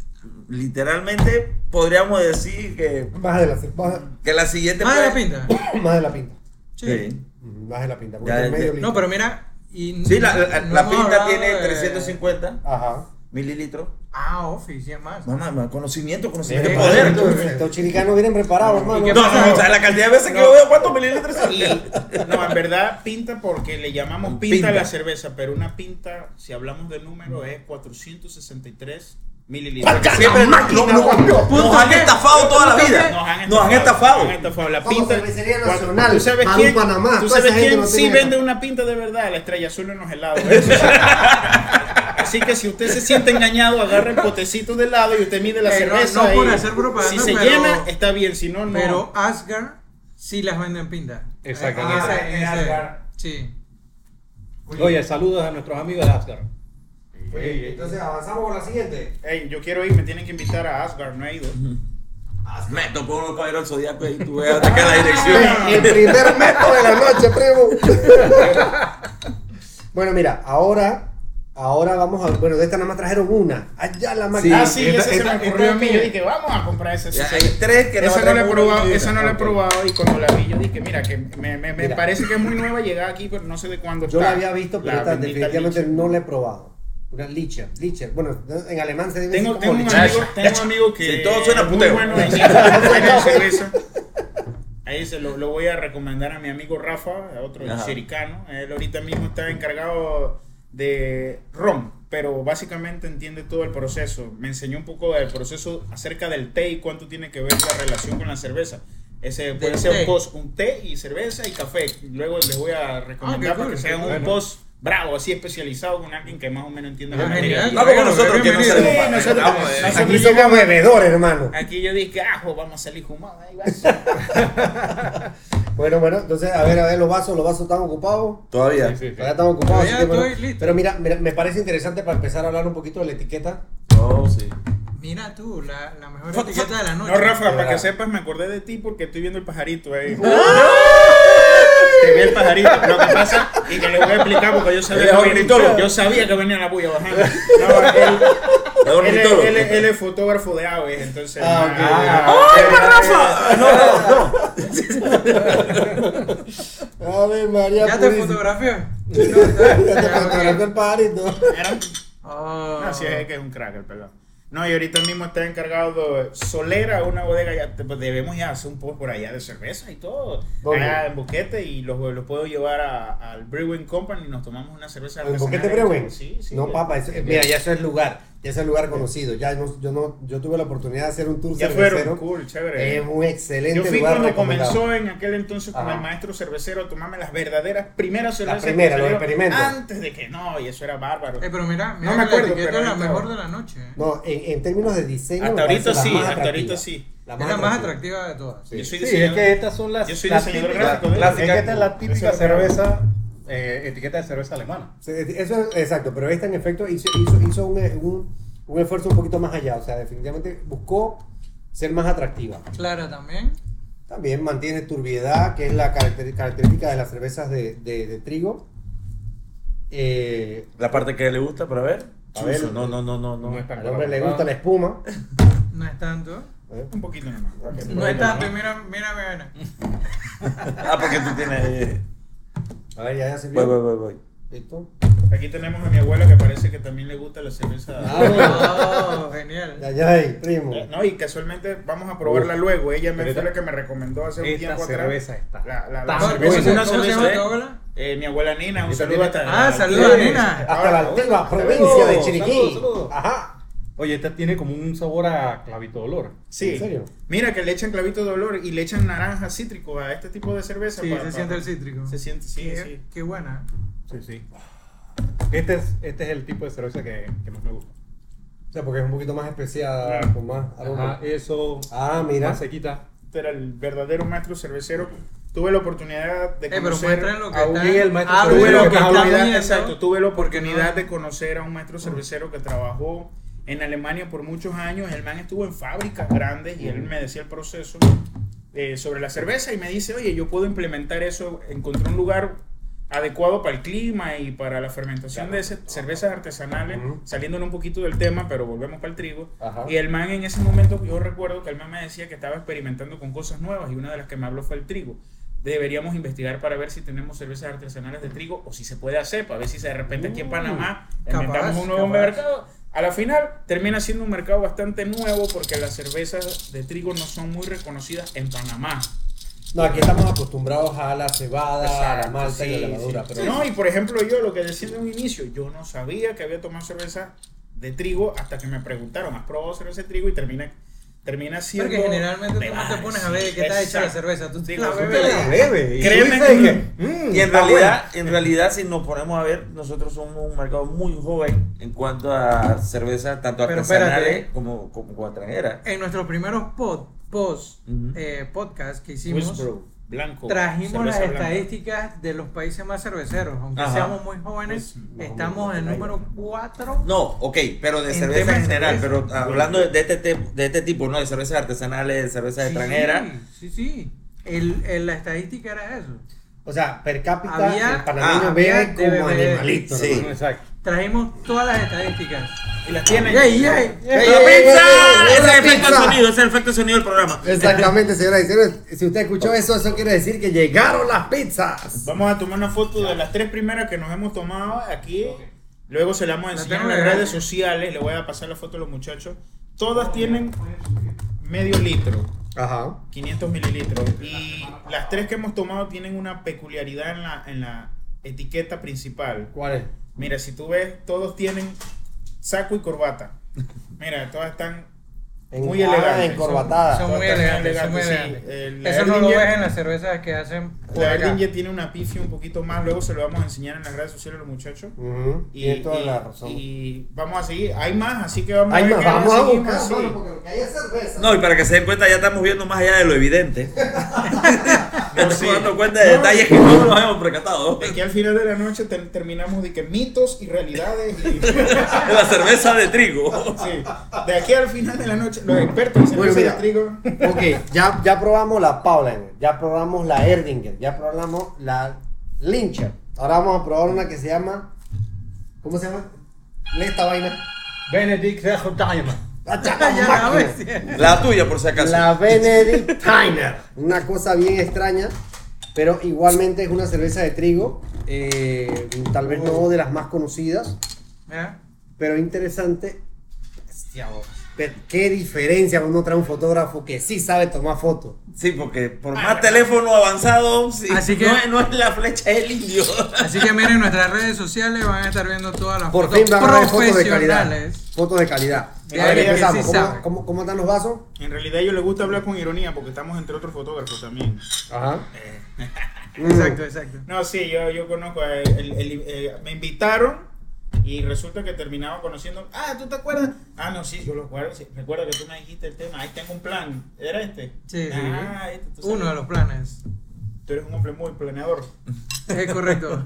Literalmente podríamos decir que,
Más de la, más,
que la siguiente.
Más de Ah, la
puede-
pinta.
más de la pinta.
Sí.
Sí.
Ujú, Más de la pinta.
Ya,
Porque es
ya.
medio litro.
No, pero mira. Y
Sí, la, la-
no eh.
la
hemos
pinta
hablado
tiene
de-
350
Ajá.
mililitros.
Ah, Office, sí es más.
Mamá, mamá, conocimiento, conocimiento,
Eh,
Sí,
poder.
Estos- Estos chilicanos vienen preparados, hermano.
qué
No,
pasa?
no, no, o sea, la cantidad de veces que yo veo cuántos mililitros son.
Y, no, en verdad pinta porque le llamamos pinta,
Pinta.
a la cerveza, pero una pinta, si hablamos de
Mm.
número, es 463 mililitros.
Porque siempre nos, nos- nos- nos han estafado toda la vida. Nos han estafado.
Nos han estafado. La
Somos
pinta.
cervecería
cuando-
nacional,
¿Tú sabes
Manu
quién,
Panamá,
¿tú
toda
sabes
esa gente
quién
no
sí
tiene
vende
nada.
una pinta de verdad? La estrella azul en los helados. eso sí. Así que si usted se siente engañado, agarra el potecito de helado y usted mide la
Pero
cerveza.
no por
y
hacer propaganda,
Si se
pero-
llena, está bien. Si no, no.
Pero Asgard sí las venden pinta.
Exactamente.
En ese- en
Ah, en
ese-
Asgard.
Sí.
Oye, saludos a nuestros amigos de Asgard.
Entonces avanzamos con la siguiente.
Ey, yo quiero ir, me tienen que invitar a Asgard, no he ido.
Me tocó uno para ir al zodiaco y tú ves hasta acá la dirección.
El primer metro de la noche, primo. bueno, mira, ahora, ahora vamos a. Bueno, de esta nada más trajeron una. Allá la
Sí,
ah,
máquina.
sí,
esta-
esa se
esta-
me ocurrió a
esta
mí.
es
Yo
mía.
dije, vamos a comprar esa.
Ya
esa-
hay tres que
esa no la he
traen
probado,
uno.
esa no la he
Ok.
probado y cuando la vi yo dije, mira, que me, me- me
Mira.
parece que es muy nueva llegada aquí, pero no sé de cuándo
Yo
está.
la había visto, pero
La
esta
bendita
definitivamente
Licha.
no la he probado. Una Licher. Licher. Bueno, en alemán se dice
Tengo,
así
tengo,
como
un
Licher.
amigo, tengo un amigo que
Sí, todo suena
es muy
puteo.
bueno en, en cerveza. Ahí se lo, lo voy a recomendar a mi amigo Rafa, a otro
Ajá.
chiricano. Él ahorita mismo está encargado de ron, pero básicamente entiende todo el proceso. Me enseñó un poco del proceso acerca del té y cuánto tiene que ver la relación con la cerveza. Ese puede
Del
ser
té.
un post, un té y cerveza y café. Luego les voy a recomendar
Ah, qué
para que
cool,
sea
qué
un
bueno.
post bravo, así especializado con alguien que más o menos entienda
Ah,
la materia.
genial.
No como nosotros que no
Bienvenido.
sabemos.
Sí, nosotros-
Vamos, eh.
nosotros-
Aquí somos bebedores, hermano.
Aquí yo dije, ajo, vamos a salir fumados. ahí va.
Bueno, bueno, entonces, a ver, a ver, los vasos, los vasos están ocupados.
Todavía.
Sí, sí, sí.
Todavía están ocupados.
Ya
así que, bueno.
estoy listo.
Pero mira, mira, me parece interesante para empezar a hablar un poquito de la etiqueta.
Oh, sí.
Mira tú, la, la mejor
Fuck,
etiqueta de la noche.
No, Rafa, para
verdad.
que sepas, me acordé de ti porque estoy viendo el pajarito ahí. Te vi el pajarito, lo que pasa, y que le voy a explicar porque yo
Él es
sabía, que,
ornitólogo.
venía, yo sabía que venía la bulla bajando. No, él,
Es
él, es-
ornitólogo.
él es- él es fotógrafo de aves, entonces.
Ah, ok.
¡Ay, Rafa! No, no, no.
A ver, María.
¿Ya te
purísima.
fotografió?
Ya te fotografió el pajarito.
Era-
Oh.
No, Ah, sí, es que es un cracker, perdón. No, y ahorita mismo está encargado de Solera, una bodega, ya, te- pues debemos ya hacer un poco por allá de cerveza y todo.
¿Dónde?
Allá en Boquete y los los puedo llevar a- al Brewing Company y nos tomamos una cerveza.
¿El
artesanal
boquete
y todo.
Brewing?
Sí, sí.
No, papá, eso- mira, ya eso es lugar. Ya eso es lugar conocido. Ya no- yo, no, yo tuve la oportunidad de hacer un tour
Ya
cervecero.
fueron, cool, chévere.
Es un excelente
Yo fui
lugar
cuando
recomendado.
comenzó en aquel entonces con
Ajá.
el maestro cervecero a tomarme las verdaderas primeras cervezas. que
primeras, los
salieron
experimentos.
Antes de que no, y eso era bárbaro.
Eh, pero mira, mira
No me
que
acuerdo,
la etiqueta
pero
es la
ahorita-
mejor de la noche. eh.
No, en, en términos de diseño. me
Hasta
parece
ahorita
la
sí,
más
hasta
atractiva.
ahorita sí.
es la más atractiva de todas.
Sí.
Yo soy
Sí, es que
diseñador.
estas son las.
Yo soy
las
diseñador
típicas-
gráfico ¿eh? de-
las- es que esta es la
Yo
típica
soy diseñador.
cerveza, eh, etiqueta de cerveza alemana.
Sí, Eso es exacto, pero esta en efecto hizo, hizo, hizo un, eh, un- un esfuerzo un poquito más allá. O sea, definitivamente buscó ser más atractiva.
Clara también.
También mantiene turbiedad, que es la caracter- característica de las cervezas de, de- de trigo. Eh,
La parte que le gusta, para ver.
A ver,
Chuzo, no, no, no, no, no.
No es tan
al hombre le
claro.
gusta la espuma.
No es tanto.
¿eh?
Un poquito nomás.
No es tanto. Y mira, mira, mira.
Ah, porque tú tienes. eh,
A ver, ya, ya se
Voy, voy,
vio.
voy, voy.
¿Listo?
Aquí tenemos a mi abuela que parece que también le gusta la cerveza.
Ah,
Oh, genial.
Ya, ya, ahí, primo.
Eh, No, y casualmente vamos a probarla luego. Ella me
Pero
fue
esta-
la que me recomendó hace un
Esta
tiempo
cerveza
atrás.
está.
La, la, la
tan
¿Cómo,
cerveza
buena.
es
se-
una
cómo se
cerveza,
llama tu
¿eh?
abuela?
Eh, mi abuela Nina, un
Esta
saludo
tiene-
hasta.
Ah, saludos,
Sí.
Nina.
Hasta la altiva provincia de Chiriquí.
saludos, saludos.
Ajá.
Oye, esta tiene como un sabor a clavito de olor.
Sí.
¿En serio?
Mira que le echan clavito de olor y le echan naranja cítrico a este tipo de cerveza.
Sí,
para-
se
para-
siente el cítrico.
Se siente, sí,
qué,
sí.
qué buena.
Sí, sí. Este es, este es el tipo de cerveza que, que más me gusta.
O sea, porque es un poquito más especiada,
Claro.
con más aroma.
Ajá, eso.
Ah, mira.
Más sequita.
Este era el verdadero maestro cervecero. Tuve la oportunidad de
Eh, pero
conocer
muestren lo que
a un
está.
Miguel, el maestro
Hablen
tuve
cervecero
la
lo Ah,
Pero
que está
oportunidad,
viendo.
exacto, tuve la
Porque no-
oportunidad de conocer a un maestro cervecero que trabajó en Alemania por muchos años. El man estuvo en fábricas grandes y él me decía el proceso. eh, sobre la cerveza y me dice, oye, yo puedo implementar eso, encontré un lugar adecuado para el clima y para la fermentación de ese- cervezas artesanales,
Ujú.
saliéndonos un poquito del tema, pero volvemos para el trigo.
Ajá.
Y el man en ese momento, yo recuerdo que el man me decía que estaba experimentando con cosas nuevas y una de las que me habló fue el trigo. Deberíamos investigar para ver si tenemos cervezas artesanales de trigo o si se puede hacer, para ver si de repente aquí en Panamá
Uh, capaz,
inventamos un nuevo
capaz.
mercado. A la final termina siendo un mercado bastante nuevo porque las cervezas de trigo no son muy reconocidas en Panamá.
No, aquí estamos acostumbrados a la cebada, a la
Exacto,
malta y a la
sí,
levadura.
sí.
Pero
No, y por ejemplo, yo lo que decía en un inicio, yo no sabía que había tomado cerveza de trigo hasta que me preguntaron, ¿has probado cerveza de trigo? Y termina, termina siendo.
Porque generalmente tú no te
bebada,
pones a ver de
sí,
qué está hecha la
exacto.
cerveza. Tú te
Digo,
la
tú te
bebes.
la-
bebe.
Créeme
tú dices
que-
"Mm,
Y en
está
realidad, en realidad, si nos ponemos a ver, nosotros somos un mercado muy joven en cuanto a cervezas, tanto
Pero
artesanales
espérate.
como, como, como extranjeras.
En nuestros primeros pod, post,
Ujú.
eh, podcast que hicimos,
Whisbrow, blanco.
trajimos
Pues,
las
cerveza blanca.
estadísticas de los países más cerveceros. Aunque
Ajá.
seamos muy jóvenes,
Pues,
estamos en el número 4.
No, ok, pero de
En
cerveza
tema de
en general,
cerveza.
pero hablando de, de este, te- de este tipo, ¿no? De cervezas artesanales, de cervezas extranjeras.
Sí, sí. El- el- la estadística era eso.
bueno". O sea, per cápita,
Había-
el panameño
ah,
bebe
había- debe
como
beber.
animalito.
Sí.
hermano.
Exacto.
Trajimos todas las estadísticas.
Y las tienen.
Yay, yay,
¡Ey, ey, ey, ey, ey,
yay.
Eh, ¡Ese es
una
el efecto
pizza!
sonido, ese es el efecto sonido del programa.
Exactamente, señoras y señores. Si usted escuchó eso, eso quiere decir que llegaron las pizzas.
Vamos a tomar una foto de las tres primeras que nos hemos tomado aquí. Luego se las vamos a
La
enseñar en
tengo
las
que ver.
redes sociales. Le voy a pasar la foto a los muchachos. Todas tienen medio litro.
Ajá.
500 mililitros. Y las tres que hemos tomado tienen una peculiaridad en la, en la etiqueta principal.
¿Cuál es?
Mira, si tú ves, todos tienen saco y corbata. Mira, todas están muy
ah,
elegantes.
encorbatada.
Son muy
Todas están
elegantes, son muy
elegantes, sí.
elegantes.
El- la
Eso no lo
Erdinger-
ves en las cervezas que hacen por
La
acá.
Erdinger tiene una pifia un poquito más. Luego se lo vamos a enseñar en las redes sociales a los muchachos.
Ujú,
Y,
Tienes toda
y-
la razón.
y vamos a seguir. Hay más, así que vamos
Ay,
a ver.
más,
qué
vamos a
seguimos,
buscar,
sí.
hermano, porque lo que hay es cerveza.
No, y para que se den cuenta, ya estamos viendo más allá de lo evidente.
No,
Estamos
sí.
dando cuenta de
No.
detalles que no nos hemos percatado.
De que al final de la noche ter- terminamos de que mitos y realidades. y-
La cerveza de trigo.
Sí. De aquí al final de la noche, los expertos en
Bueno,
cerveza
mira.
de trigo.
Ok, ya, ya probamos la Paulaner, ya probamos la Erdinger, ya probamos la Lyncher. Ahora vamos a probar una que se llama. ¿Cómo se llama? Lee esta vaina.
Benedict Regentheimer.
La
Ya la
Chapamáquina.
ves.
La tuya, por si acaso.
La Benedict Tiner. Una cosa bien extraña, pero igualmente es una cerveza de trigo. eh, tal vez no de las más conocidas,
Mira.
pero interesante. Pero Qué diferencia cuando uno trae un fotógrafo que sí sabe tomar fotos.
Sí, porque por más teléfono avanzado, sí,
Así que-
no, es, no es la flecha del indio.
Así que miren nuestras redes sociales, van a estar viendo todas las
Por
fotos
fin van a ver fotos de calidad.
profesionales.
Fotos de calidad.
De
A ver,
alguien que
empezamos.
sí
¿Cómo,
sabe.
cómo, cómo están los vasos?
En realidad, a ellos les gusta hablar con ironía porque estamos entre otros fotógrafos también. Eh,
Ajá. Mm.
Exacto, exacto.
No, sí, yo, yo conozco. a- el- el- eh, me invitaron y resulta que terminaba conociendo. Ah, ¿tú te acuerdas? Ah, no, sí, yo lo acuerdo. sí. Recuerdo que tú me dijiste el tema. Ahí tengo un plan. ¿Era este?
Sí, sí.
Ah, este, tú sabes.
Uno de los planes.
Tú eres un hombre muy planeador.
Es correcto.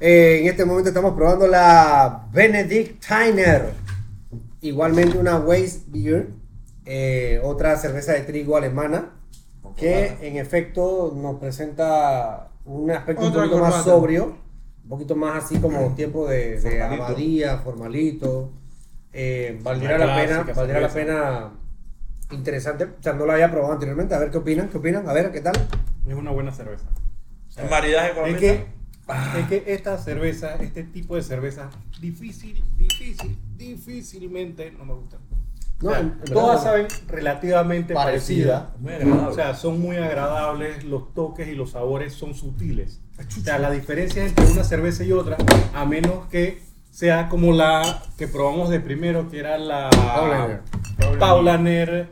Eh, en este momento estamos probando la Benedict Tiner. Igualmente una Weiss Beer, eh, otra cerveza de trigo alemana, que en efecto nos presenta un aspecto
Otra
un poquito más
corbata.
sobrio, un poquito más así
Mm.
como tiempo de, de abadía, formalito. Eh, valdría
Una
la pena,
clásica
valdría la
cerveza.
pena interesante. O sea, no la había probado anteriormente. A ver qué opinan, qué opinan, a ver qué tal.
Es una buena cerveza.
Maridaje
Es
económico.
que, es que esta cerveza, este tipo de cerveza, difícil, difícil, difícilmente no me gusta.
No,
O sea,
en- en verdad
todas
no.
saben relativamente
Parecida.
parecida. O sea, son muy agradables, los toques y los sabores son sutiles. O sea, la diferencia entre una cerveza y otra, a menos que sea como la que probamos de primero, que era la
Paulaner.
Paulaner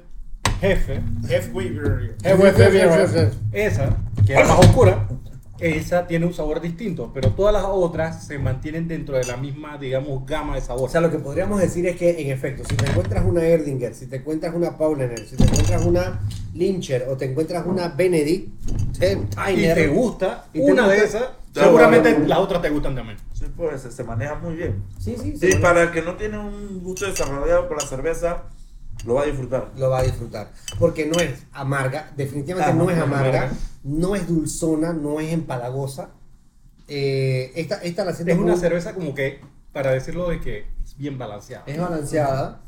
Jefe.
Jeff Weaver.
Jefe, jefe, jefe. Esa, que es más oscura, esa tiene un sabor distinto, pero todas las otras se mantienen dentro de la misma, digamos, gama de
O
sabor.
sea, lo que podríamos decir es que, en efecto, si te encuentras una Erdinger, si te encuentras una Paulaner, si te encuentras una Lyncher o te encuentras una Benedict, Ten
y
Tiner,
te gusta
Y te
una
gusta.
de esas, seguramente las otras te gustan también.
Sí, pues, se, se maneja muy bien.
Sí, sí,
Sí,
sí.
para el que no tiene un gusto desarrollado por la cerveza,
Lo vas a disfrutar.
lo va a disfrutar. Porque no es amarga, definitivamente
Ah,
no es
no es
amarga,
amarga.
no es dulzona, no es empalagosa. Eh, esta, esta la siento
Es una
muy-
cerveza como que, para decirlo de que es bien balanceada.
es balanceada,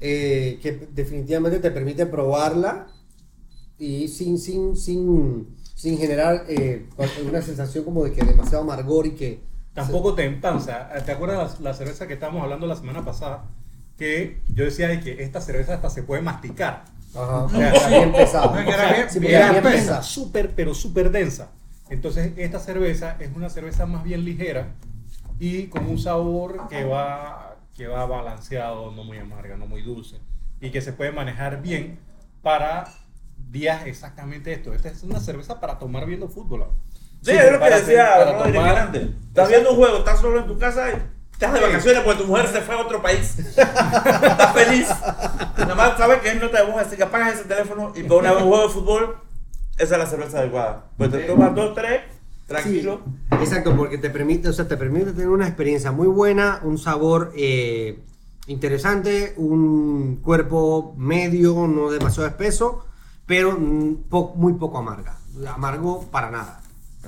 eh, que definitivamente te permite probarla y sin, sin, sin, sin generar eh, una sensación como de que demasiado amargor y que...
Tampoco te empanza. ¿Te acuerdas la, la cerveza que estábamos hablando la semana pasada? Que yo decía de que esta cerveza hasta se puede masticar.
Ajá,
No.
está bien pesada.
Ah,
No, que era bien-
Sí, porque
bien
era bien
espesa.
pesada.
súper, pero súper densa. Entonces, esta cerveza es una cerveza más bien ligera y con un sabor que va, que va balanceado, no muy amarga, no muy dulce. Y que se puede manejar bien para días exactamente esto. Esta es una cerveza para tomar viendo fútbol.
Sí, es lo que
para-
decía
para
Ronald
tomar-
Reagan antes. Estás viendo un juego, estás solo en tu casa y estás de
Sí.
vacaciones porque tu mujer se fue a otro país. estás feliz. Nada más sabes que es nota de voz, así que apagas ese teléfono y pones un juego de fútbol. Esa es la cerveza adecuada. Pues te tomas dos, tres, tranquilo.
Sí, exacto, porque te permite, o sea, te permite tener una experiencia muy buena, un sabor eh, interesante, un cuerpo medio, no demasiado espeso, pero mm, po- muy poco amarga. Amargo para nada.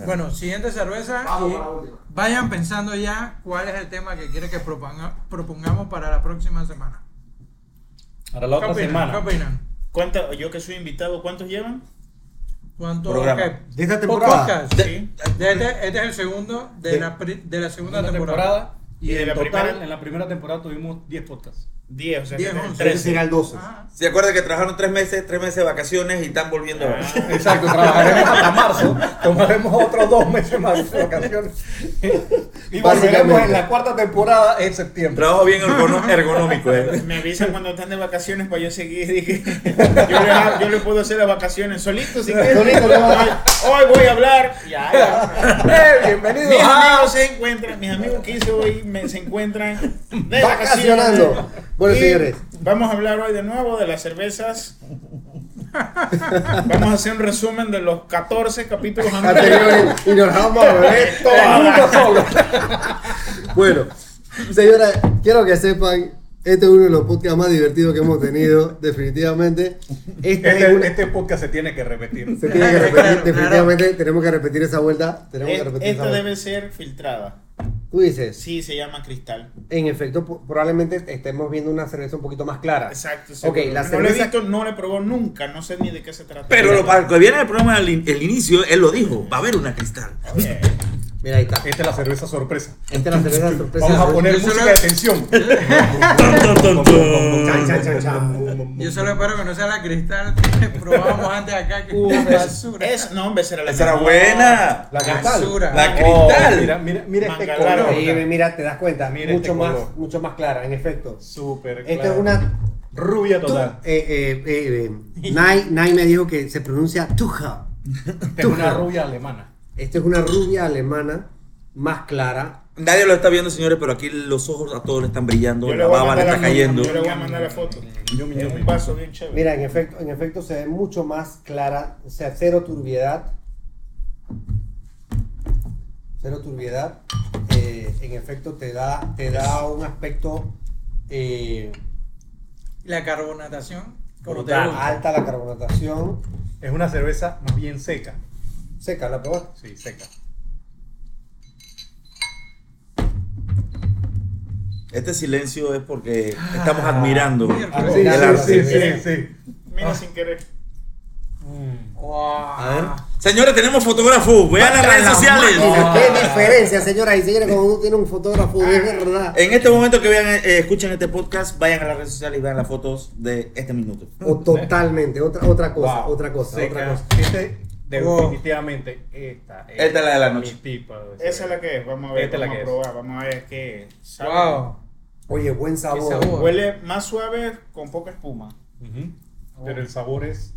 Bueno, siguiente cerveza.
Vamos
y
para la última.
vayan pensando ya cuál es el tema que quiere que proponga- propongamos para la próxima semana.
Para la
¿Qué
otra
opinan? ¿Qué
semana.
opinan?
¿Cuánta- yo que soy invitado, ¿cuántos llevan?
¿Cuánto?
Programa.
qué?
De esta
Po-
temporada.
podcast.
Sí.
De este, este es el segundo de,
De-
la, pri- de la segunda
Una
temporada.
temporada. Y,
Y de
en,
la
total,
primera-
en la primera temporada tuvimos 10 podcasts.
10, o sea,
Diez,
que-
once.
Ese
trece.
será el 12.
Ajá.
Se acuerda que trabajaron tres meses, tres meses de vacaciones y están volviendo. ahora.
Exacto, trabajaremos hasta marzo, tomaremos otros dos meses más de vacaciones y volveremos
Básicamente.
en la cuarta temporada en septiembre.
Trabajo bien ergono- ergonómico, eh.
Me avisan cuando están de vacaciones para yo seguir. Dije, yo, le, yo le puedo hacer las vacaciones solito si quieres.
Solito, le vas
Hoy voy a hablar. Ya, ya.
¡Eh, bienvenidos
Mis
ah.
a-
amigos se encuentran, mis amigos que hice hoy me, se encuentran de
Vacacionando.
vacaciones.
Bueno,
Y
señores.
Vamos a hablar hoy de nuevo de las cervezas. Vamos a hacer un resumen de los 14 capítulos
Anterior, y nos vamos a beber todas. Bueno, señora, quiero que sepan, este es uno de los podcasts más divertidos que hemos tenido, definitivamente. Esta es
Este,
una-
este podcast se tiene que repetir.
Se tiene que repetir,
Claro, claro.
definitivamente tenemos que repetir esa vuelta. Tenemos que
E-
repetir esa
Esta
vuelta.
debe ser filtrada.
Tú dices,
Sí, se llama cristal.
en efecto, po- probablemente estemos viendo una cerveza un poquito más clara.
Exacto.
Ok,
seguro.
la
No lo he
cerveza-
visto, no le probó nunca, no sé ni de qué se trata.
Pero lo para lo que viene el programa, al in- el inicio, él lo dijo: va a haber una cristal.
Eh,
Mira, ahí está.
Esta es la cerveza sorpresa.
Esta es la cerveza de sorpresa.
Vamos a poner
Yo
pues
solo-
música de tensión.
Tum, tum, tum, tum.
Chan, chan, chan, chan.
Yo solo espero que no sea la cristal que probamos antes acá, que
uh,
es
es,
basura.
es- no, hombre, será la
Esa era
mejor.
buena.
La cristal.
basura.
La
Oh,
cristal.
mira, mira, mira este
Manga
color.
larga.
Ahí, mira, te das cuenta.
Mira
mucho,
este color.
más, mucho más clara, en efecto.
Súper
Esta
claro.
es una.
rubia total.
Tu- eh, eh, eh, eh, Nai, Nai me dijo que se pronuncia Tuja.
Esta es una rubia alemana.
Esta es una rubia alemana más clara.
Nadie lo está viendo, señores, pero aquí los ojos a todos le están brillando,
Yo le
la
voy a
baba le
mandar
está
la foto,
cayendo.
Yo le voy a mandar la foto.
Yumi,
Es
yumi.
un vaso bien chévere.
Mira, en efecto, en efecto se ve mucho más clara, o sea, cero turbiedad. Cero turbiedad. eh, en efecto te da, te da un aspecto eh,
La carbonatación. como te
Brutal.
gusta.
alta la carbonatación.
Es una cerveza más bien seca.
Seca, la probaste.
Sí, seca.
Este silencio es porque
Ah,
estamos admirando.
miércoles.
el
Sí,
arte.
sí, sí, Mm. sí, sí.
Mira sin querer.
Wow.
A ver.
Señores, tenemos fotógrafos. Vean las redes sociales.
Mira,
Ah.
qué diferencia, señoras y señores, cuando uno tiene un fotógrafo de verdad.
En este momento que vean, eh, escuchen este podcast, vayan a las redes sociales y vean las fotos de este minuto.
O totalmente, otra, otra cosa,
Wow.
otra cosa,
Seca.
otra cosa. Oh.
Este,
Wow.
definitivamente, esta es.
Esta es la de la noche.
mi tipa de cerveza.
Esa es la que es. Vamos a ver,
Esta es la
vamos
que
a
es.
probar. Vamos a ver qué sabe.
Wow.
Oye, buen sabor.
sabor.
Huele más suave con poca espuma.
Ujú.
Oh.
Pero el sabor es.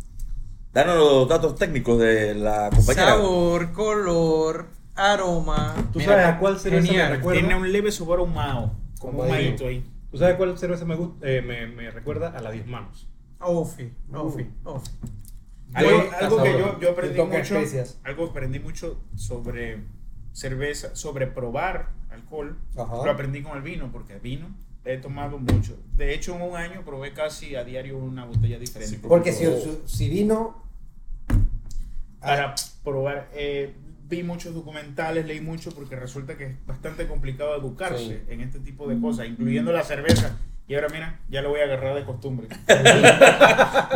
Danos los datos técnicos de la compañera.
Sabor, color, aroma.
¿Tú
Mira,
sabes a cuál cerveza me
genial.
recuerda?
Tiene un leve sabor ahumado. Como un
Ahumado.
malito ahí.
¿Tú sabes cuál cerveza me, gusta, Eh, me, me recuerda? A la 10 manos.
Ofi, ofi, ofi.
Algo,
Está
algo que
sabroso.
yo, yo aprendí
Un toque de
mucho.
especias.
Algo que aprendí mucho sobre cerveza, sobre probar alcohol.
Ajá. Ah.
Lo aprendí con el vino, porque el vino he tomado mucho. De hecho, en un año probé casi a diario una botella diferente.
Porque si, su- si vino.
para probar. Eh, vi muchos documentales, leí mucho, porque resulta que es bastante complicado educarse en este tipo de cosas, incluyendo la cerveza. Y ahora mira, ya lo voy a agarrar de costumbre.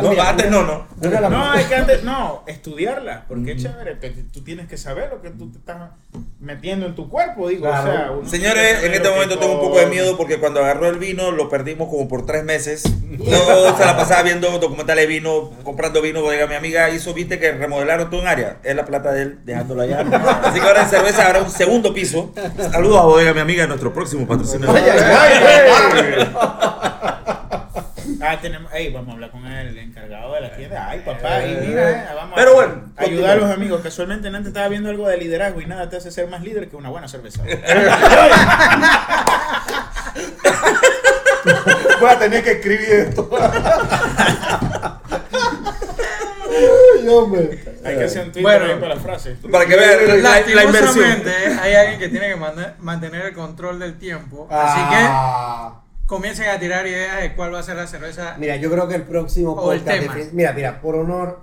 No,
Mira,
antes no, no.
una de las-
No, hay que antes, no, estudiarla, porque es
Mm.
chévere, te- tú tienes que saber lo que tú te estás metiendo en tu cuerpo, digo. o
Claro.
sea, uno tiene que
Señores,
saber
en
lo
este
que
momento tengo un poco de miedo porque cuando agarró el vino lo perdimos como por tres meses. Yo se la pasaba viendo documentales de vino, comprando vino, bodega. Mi amiga hizo, viste que remodelaron todo un área. Es la plata de él, dejándola allá. Así que ahora en cerveza habrá un segundo piso. Saludos a bodega, mi amiga, nuestro próximo patrocinador.
Ay, ay, ay.
Ah, tenemos, ey, vamos a hablar con el encargado de la tienda. Ay, papá, y
Eh,
mira, eh, vamos
pero
a
bueno,
ayudar a los
continúa.
amigos. Casualmente antes estaba viendo algo de liderazgo y nada te hace ser más líder que una buena cerveza.
Voy a tener que escribir esto.
Ay, hombre.
Hay que hacer un Twitter
Bueno.
ahí para la frase.
Para que vean la, la inversión.
Lastimosamente, hay alguien que tiene que manda- mantener el control del tiempo.
Ah.
Así que comiencen a tirar ideas de cuál va a ser la cerveza.
Mira, yo creo que el próximo
O el
podcast. de
tema.
Friends- mira, mira, por honor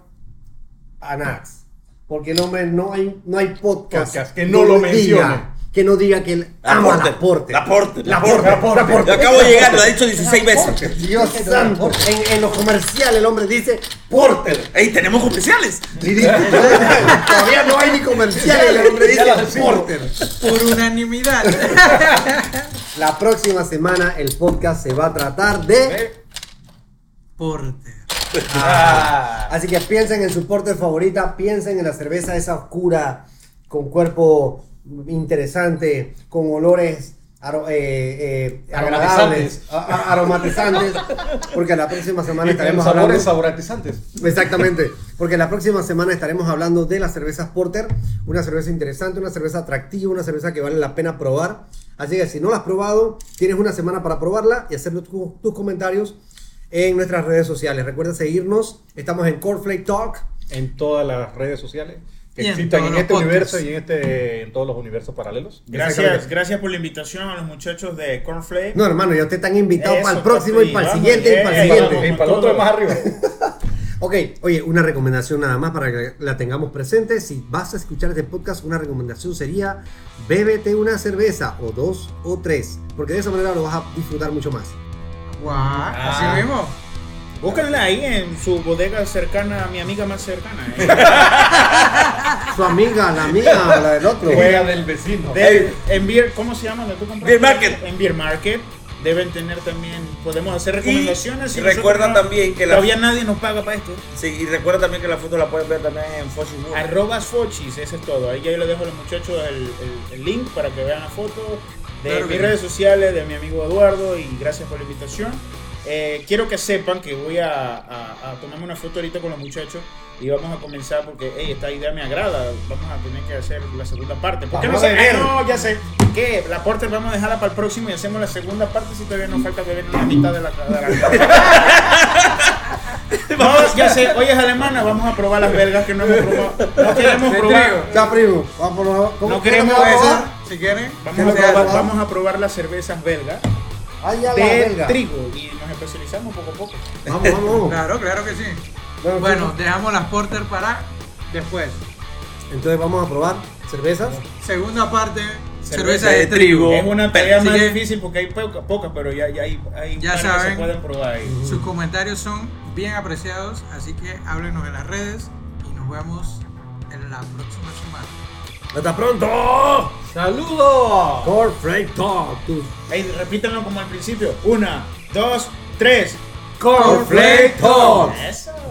a Nax. Porque el hombre no hay, no hay podcast,
Podcast que no lo
diga-
mencione.
que no diga que él ama la porte.
La porte.
La porte. La porte.
Yo acabo de llegar, lo ha dicho 16 veces.
Dios santo. En, en los comerciales el hombre dice porter.
¡Ey, tenemos comerciales!
Y dice, Todavía no hay ni comerciales. El hombre
Ya lo
dice
decimos.
porter.
Por unanimidad.
La próxima semana el podcast se va a tratar de.
Porter.
Ah. Así que piensen en su porter favorita, piensen en la cerveza esa oscura, con cuerpo interesante, con olores aro- eh, eh, agradables,
Aromatizantes.
a- a- aromatizantes, porque la próxima semana
Y con
estaremos
sabores
hablando.
saboratizantes.
Exactamente, porque la próxima semana estaremos hablando de las cervezas Porter, una cerveza interesante, una cerveza atractiva, una cerveza que vale la pena probar. Así que si no la has probado, tienes una semana para probarla y hacer tu- tus comentarios en nuestras redes sociales. Recuerda seguirnos, estamos en Cornflake Talk.
en todas las redes sociales que
Y en
existan
todos
en
los
este
podcasts.
universo y en este en todos los universos paralelos.
Gracias,
Exactamente.
gracias por la invitación a los muchachos de Cornflake.
No, hermano, ya te están invitados
Eso,
para el próximo y
papi,
para el
vamos,
siguiente y para el
yeah,
siguiente.
vamos.
Y para el otro es más arriba.
Ok, oye, una recomendación nada más para que la tengamos presente. Si vas a escuchar este podcast, una recomendación sería bébete una cerveza o dos o tres, porque de esa manera lo vas a disfrutar mucho más.
Guau, así mismo.
Búsquenla ahí en su bodega cercana, a mi amiga más cercana. eh.
Su amiga, la amiga, la del otro.
Juega del vecino.
De- en Beer, ¿cómo se llama? donde tú compras?
Beer Market.
En Beer Market. Deben tener también, podemos hacer recomendaciones.
Y recuerda
nosotros
también que la-
Todavía nadie nos paga para esto.
Sí, y recuerda también que la foto la puedes ver también en Foshi Moon.
Arrobas Fochis, ese es todo. Ahí ya yo le dejo a los muchachos el, el- el link para que vean la foto de
Claro que
mis
sí.
redes sociales, de mi amigo Eduardo y gracias por la invitación. Eh, quiero que sepan que voy a, a- a tomarme una foto ahorita con los muchachos y vamos a comenzar porque hey, esta idea me agrada. Vamos a tener que hacer la segunda parte. ¿Por qué no
Vamos a
se-
beber.
Ah, no, ya sé. ¿Qué? La parte vamos a dejarla para el próximo y hacemos la segunda parte si todavía nos falta beber una mitad de la... De la... No, ya sé, hoy es alemana, vamos a probar las belgas que no hemos probado. No queremos
Te
probar.
trigo.
Ya, primo, vamos a ¿cómo-
No queremos
cómo me va a
eso.
probar?
Si quieren,
¿Qué
Vamos a
es lo que
probar,
vas a probar?
vamos a probar las cervezas belgas
Ay, ya la
de
belga.
trigo y nos especializamos poco a poco.
Vamos, vamos. vamos.
claro, claro que sí.
Claro,
Bueno,
claro.
dejamos las Porter para después.
Entonces vamos a probar cervezas.
Segunda parte, cerveza,
de
de trigo.
Es una tarea
Así
más
que-
difícil porque hay pocas, pocas, pero ya, ya hay, hay un
Ya
par que
saben.
se pueden probar ahí.
Sus comentarios son bien apreciados, así que háblenos en las redes y nos vemos en la próxima semana.
Hasta pronto.
¡Saludos!
Core Freight Talk. tu
Ey, repítanlo como al principio. Una, dos, tres.
Oh.
Cornflake Talk.
Eso.